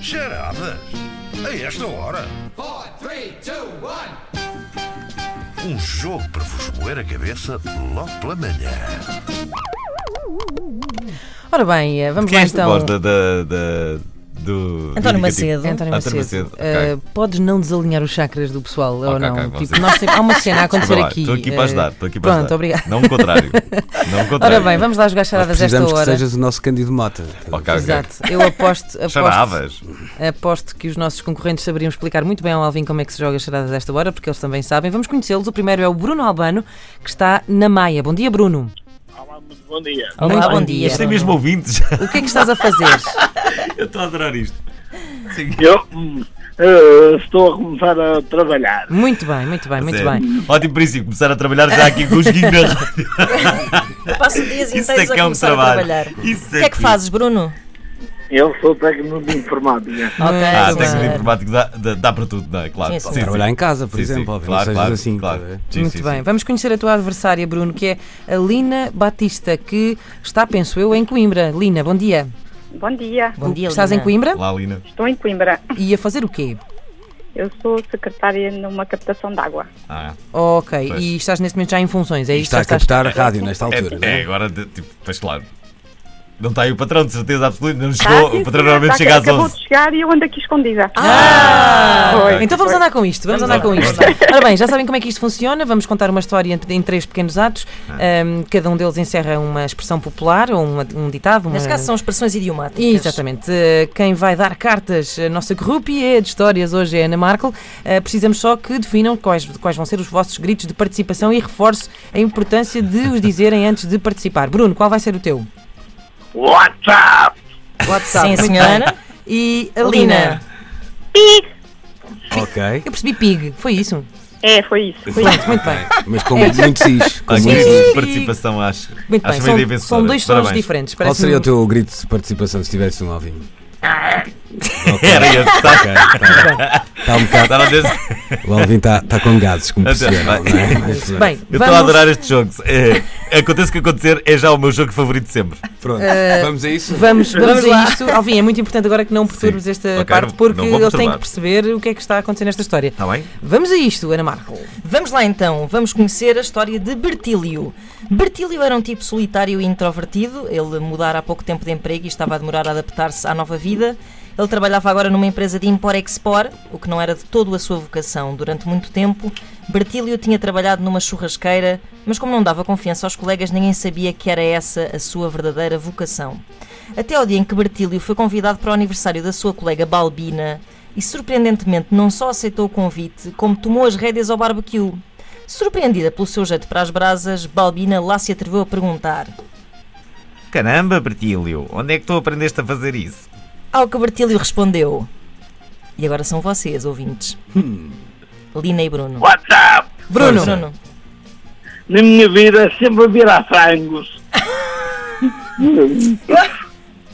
Charadas? A esta hora? Four, three, two, one. Um jogo para vos moer a cabeça logo pela manhã. Ora bem, eh, vamos Quem lá é esta então. voz da, da, da- do. António do indicativo? Macedo. António Macedo, António Macedo, eh, podes não desalinhar os chakras do pessoal ou Ok, não? ok, vamos tipo, ver. nós temos- há uma cena a acontecer Vá lá, aqui. Estou aqui para eh, ajudar. Estou aqui para pronto, ajudar. obrigado. Não o contrário. Não o contrário. Ora bem, vamos lá jogar Nós charadas a esta precisamos que hora. sejas o nosso Candido Mota. Ok, ok. Exato, eu aposto, aposto, Charavas. aposto que os nossos concorrentes saberiam explicar muito bem ao Alvin como é que se joga as charadas a esta hora, porque eles também sabem. Vamos conhecê-los. O primeiro é o Bruno Albano, que está na Maia. Bom dia, Bruno. Olá, muito bom dia. Muito Olá, bom bom dia. dia. Isto tem mesmo ouvintes. O que é que estás a fazer? Eu estou a adorar isto. Eu hum, eh, estou a começar a trabalhar. Muito bem, muito bem, muito Sério. bem. Ótimo princípio. Começar a trabalhar já aqui com os guinhos na rádio. Passo dias Isso é que é um trabalho. Isso O que é que fazes, Bruno? Eu sou técnico de informática. Ok, Ah, Muito técnico bem. informático dá, dá, dá para tudo, não é? Claro. Sim, sim. Trabalhar em casa, por Sim, sim, exemplo. claro, sejas claro, assim. claro. tá a ver? Sim, Muito sim, bem, sim. vamos conhecer a tua adversária, Bruno, que é a Lina Batista, que está, penso eu, em Coimbra. Lina, bom dia. Bom dia, Bom dia, Estás em Lina. Coimbra Olá, Lina. estou em Coimbra. e a fazer o quê? Eu sou secretária numa captação de água. Ah, Ok, Pois. e estás neste momento já em funções, é E isto? Está a Já estás- captar a rádio nesta altura, não é, é é? agora, de- tipo, pois claro. Não está aí o patrão, de certeza absoluta. Não chegou. sim, o patrão senhora, normalmente tá, chega às Acabou 11. de chegar e eu ando aqui escondida. Ah! Foi. Então vamos andar com isto, vamos andar com isto. Ora bem, já sabem como é que isto funciona, vamos contar uma história em- em três pequenos atos, Ahm, cada um deles encerra uma expressão popular ou uma- um ditado. Uma... Neste caso são expressões idiomáticas. Exatamente. Eh, Quem vai dar cartas, a nossa croupier de histórias hoje é a Ana Markel. Eh, Precisamos só que definam quais, quais vão ser os vossos gritos de participação e reforço a importância de os dizerem antes de participar. Bruno, qual vai ser o teu? WhatsApp! WhatsApp. Sim, Muito senhora. bem. E a Lina. Lina. é. Ok. Eu percebi pig, foi isso? É, foi isso. Foi isso. Pronto, muito bem. Mas com muito cis. Com Ah, muito grito cis. de participação, acho. Muito acho bem. uma São, ideia vencedora. são dois sons Parabéns. diferentes. Qual parece-me- seria o teu grito de participação se tivesse um alvinho? Era este, tá? Está um bocado. Tá na mesa. O Alvin está tá com gases, como Até- perceberam, não é? Mas, Bem, Eu estou vamos... a adorar este jogo. É, acontece o que acontecer, é já o meu jogo favorito de sempre. Pronto, vamos a isso? Vamos, vamos a isto. Alvin, é muito importante agora que não perturbes Sim. esta Ok, parte não- porque não vou eles têm perturbar. Tá que perceber o que é que está a acontecer nesta história. Está bem? Vamos a isto, Ana Marco. Vamos lá então, vamos conhecer a história de Bertílio. Bertílio era um tipo solitário e introvertido, ele mudara há pouco tempo de emprego e estava a demorar a adaptar-se à nova vida. Ele trabalhava agora numa empresa de import-export, o que não era de todo a sua vocação. Durante muito tempo, Bertílio tinha trabalhado numa churrasqueira, mas como não dava confiança aos colegas, ninguém sabia que era essa a sua verdadeira vocação. Até ao dia em que Bertílio foi convidado para o aniversário da sua colega Balbina e, surpreendentemente, não só aceitou o convite, como tomou as rédeas ao barbecue. Surpreendida pelo seu jeito para as brasas, Balbina lá se atreveu a perguntar. Caramba, Bertílio, onde é que tu aprendeste a fazer isso? Ao que Bertílio respondeu. E agora são vocês, ouvintes. Hum. Lina e Bruno. WhatsApp! Bruno. Bruno. Na minha vida é sempre virar frangos.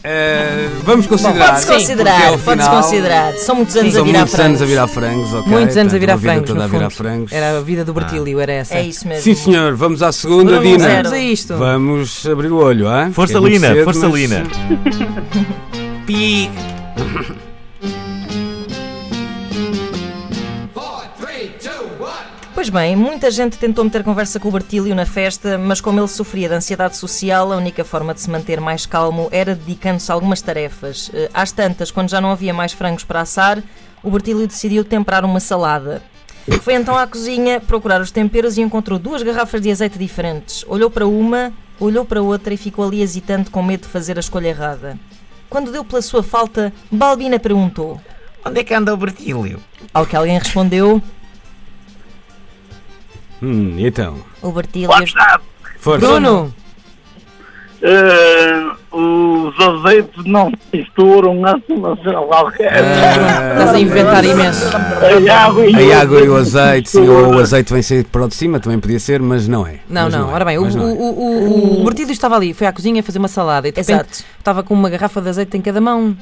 Eh, vamos considerar. Pode-se porque é o considerar, pode-se final. considerar. São muitos anos São a virar muitos anos frangos. a virar frangos, ok? Muitos anos a Portanto, virar uma vida frangos, toda no a virar fundo. frangos. Ah. Era a vida do Bertilio, era essa. É isso mesmo. Sim, senhor, vamos à segunda, Vamos Dina. zero. Vamos a isto. Vamos abrir o olho, hã? Força, É muito Lina, cedo, força, mas- Lina. Pi. Four, three, two, one. Pois bem, muita gente tentou meter conversa com o Bertílio na festa, mas como ele sofria de ansiedade social, a única forma de se manter mais calmo era dedicando-se a algumas tarefas. Eh, Às tantas, quando já não havia mais frangos para assar, o Bertílio decidiu temperar uma salada. Foi então à cozinha procurar os temperos e encontrou duas garrafas de azeite diferentes. Olhou para uma, olhou para outra e ficou ali hesitante com medo de fazer a escolha errada. Quando deu pela sua falta, Balbina perguntou. Onde é que anda o Bertílio? Ao que alguém respondeu: Hum, então. O Bertílio. WhatsApp! Força. Bruno, Eh, os azeites não se misturam, não se misturam Eh, Ah. qualquer. estás a inventar imenso. A água e A água e o azeite, sim, ou o azeite vem ser para o de cima, também podia ser, mas não é. Não, Mas não, é, ora bem, o, mas não é. o, o, o- o Bertilio estava ali, foi à cozinha fazer uma salada e de repente Exato. estava com uma garrafa de azeite em cada mão.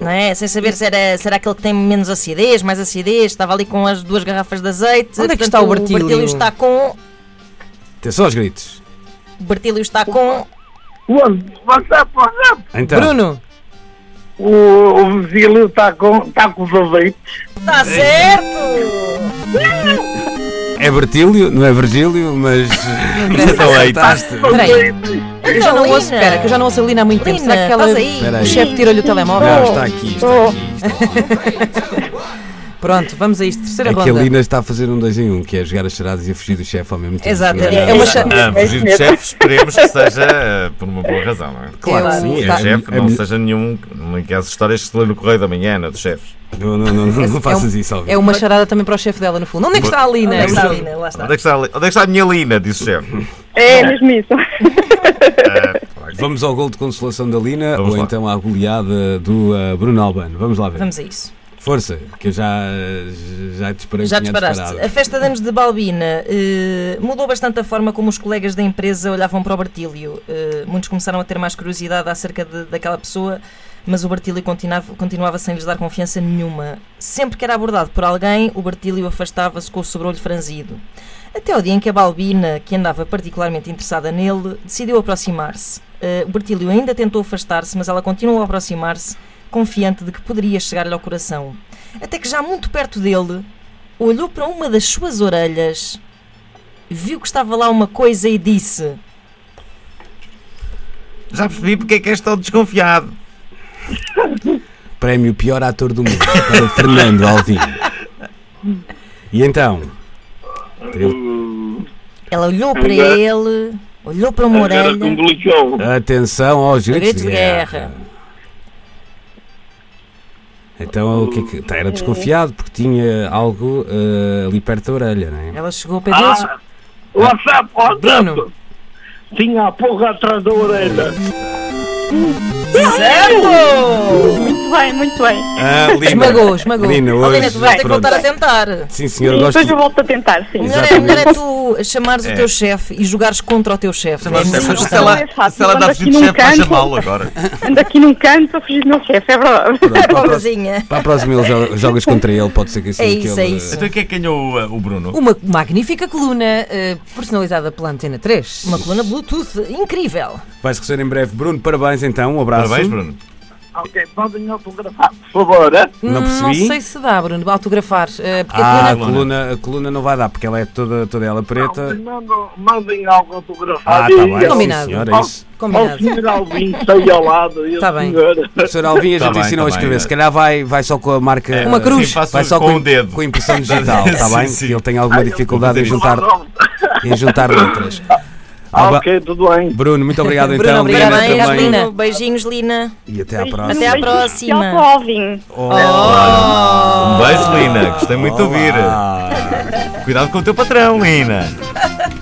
não é? Sem saber se era, se era aquele que tem menos acidez, mais acidez, estava ali com as duas garrafas de azeite. Onde é que Portanto, está o Bertílio? O Bertílio está com. Atenção aos gritos. o Bertílio está com. WhatsApp, WhatsApp! Então, Bruno, o, o Virgílio está com, tá com os azeites. Está certo! É Bertílio, não é Virgílio, mas. Acertaste. Peraí. Azeites. Eu já não Então, ouço, Lina. espera, que eu já não ouço a Lina há muito tempo. Lina, Será que ela, estás aí? Espera o aí. chefe tirou-lhe o telemóvel? Não, está aqui, Oh! está aqui. Está aqui. Pronto, vamos a isto. Terceira É que a ronda. Lina está a fazer um dois em um, que é jogar as charadas e a fugir do chefe ao mesmo tempo. Exato, Não é- é uma Não, cha- Ah, fugir do chefe, esperemos que seja eh, por uma boa razão, não é? Claro que sim, Eu- é tá- O chefe é- não seja nenhum, naquelas histórias que se lê no Correio da Manhã, não é, dos chefes. Não, não, não, não, não faças um- isso, Alvin. É uma charada também para o chefe dela, no fundo. Onde é que está a Lina? Onde é que está a Lina? Lá está. Onde é que está, a li- onde é que está a minha Lina, disse o chefe. É mesmo isso. Vamos ao gol de consolação da Lina Vamos ou lá. então à goleada do ah, Bruno Albano. Vamos lá ver. Vamos a isso. Força, que eu já, já disparei o Já que tinha disparaste. A disparado. festa de anos de Balbina eh, mudou bastante a forma como os colegas da empresa olhavam para o Bertílio. Eh, muitos começaram a ter mais curiosidade acerca de- daquela pessoa, mas o Bertílio continuava, continuava sem lhes dar confiança nenhuma. Sempre que era abordado por alguém, o Bertílio afastava-se com o sobrolho franzido. Até ao dia em que a Balbina, que andava particularmente interessada nele, decidiu aproximar-se. Eh, o Bertílio ainda tentou afastar-se, mas ela continuou a aproximar-se, confiante de que poderia chegar-lhe ao coração. Até que já muito perto dele, olhou para uma das suas orelhas, viu que estava lá uma coisa e disse: Já percebi porque é que és tão desconfiado. Prémio pior ator do mundo para Fernando Alvim. E então? Ela olhou para Agora- ele, olhou para uma Agora orelha. complicou. Atenção aos gritos Gritos de de guerra. Então o que é que. tá, era desconfiado porque tinha algo ah, ali perto da orelha, não é? Ela chegou ao pé deles. Ah, WhatsApp, Bruno. WhatsApp. Tinha a porra atrás da orelha. Muito bem, muito bem. Ah, Lina. Esmagou, esmagou. Lina, hoje. Helena, tu vais ter que pronto. voltar a tentar. Sim, senhor, E gosto. depois eu volto a tentar, sim. O melhor, é, o melhor é tu chamares o teu chefe e jogares contra É. o teu chefe. Mas É muito se ela- bom. é fácil, ela, se ela dá anda a aqui fugir do num chefe, vai canto. chamá-lo agora. Ando aqui num canto a fugir do meu chefe, é verdade. Pronto, para, a próxima, Boazinha. para a próxima ele joga- jogas contra ele, pode ser que assim É isso, aquele, é isso. Então quem é que ganhou o, o Bruno? Uma magnífica coluna eh, personalizada pela Antena 3. Uma coluna Bluetooth incrível. Vais receber em breve. Bruno, parabéns então, um abraço. Parabéns, Bruno. Ok, podem autografar, por favor. eh? hein? Não percebi. Hum, sei se dá, Bruno, autografar. eh, porque Ah, a a coluna... coluna, a coluna não vai dar, porque ela é toda, toda ela preta. Não, mandam- Mandem algo autografado. Tá. Ah, está bem, Combinado. sim, senhora, é isso. Ao Combinado. senhor Alvim, sei ao lado. e Tá ao bem. senhor. Senhor Alvin, a Tá gente bem, ensinou a tá escrever. bem. É, Se calhar vai, vai só com a marca. Uma cruz. Sim, faço Vai só com, com, o dedo. com a impressão digital, está Sim, bem? sim. Que ele tem alguma dificuldade em fazer isso. juntar, em juntar letras. Ah, Alba- ok, tudo bem. Bruno, muito obrigado Bruno, então. obrigado, Lina Parabéns, também. Lina. Lina. Beijinhos, Lina. E até à Até próxima. à próxima. Tchau, Alvin. Um beijo, Lina. Gostei muito de ouvir. Olá. Cuidado com o teu patrão, Lina.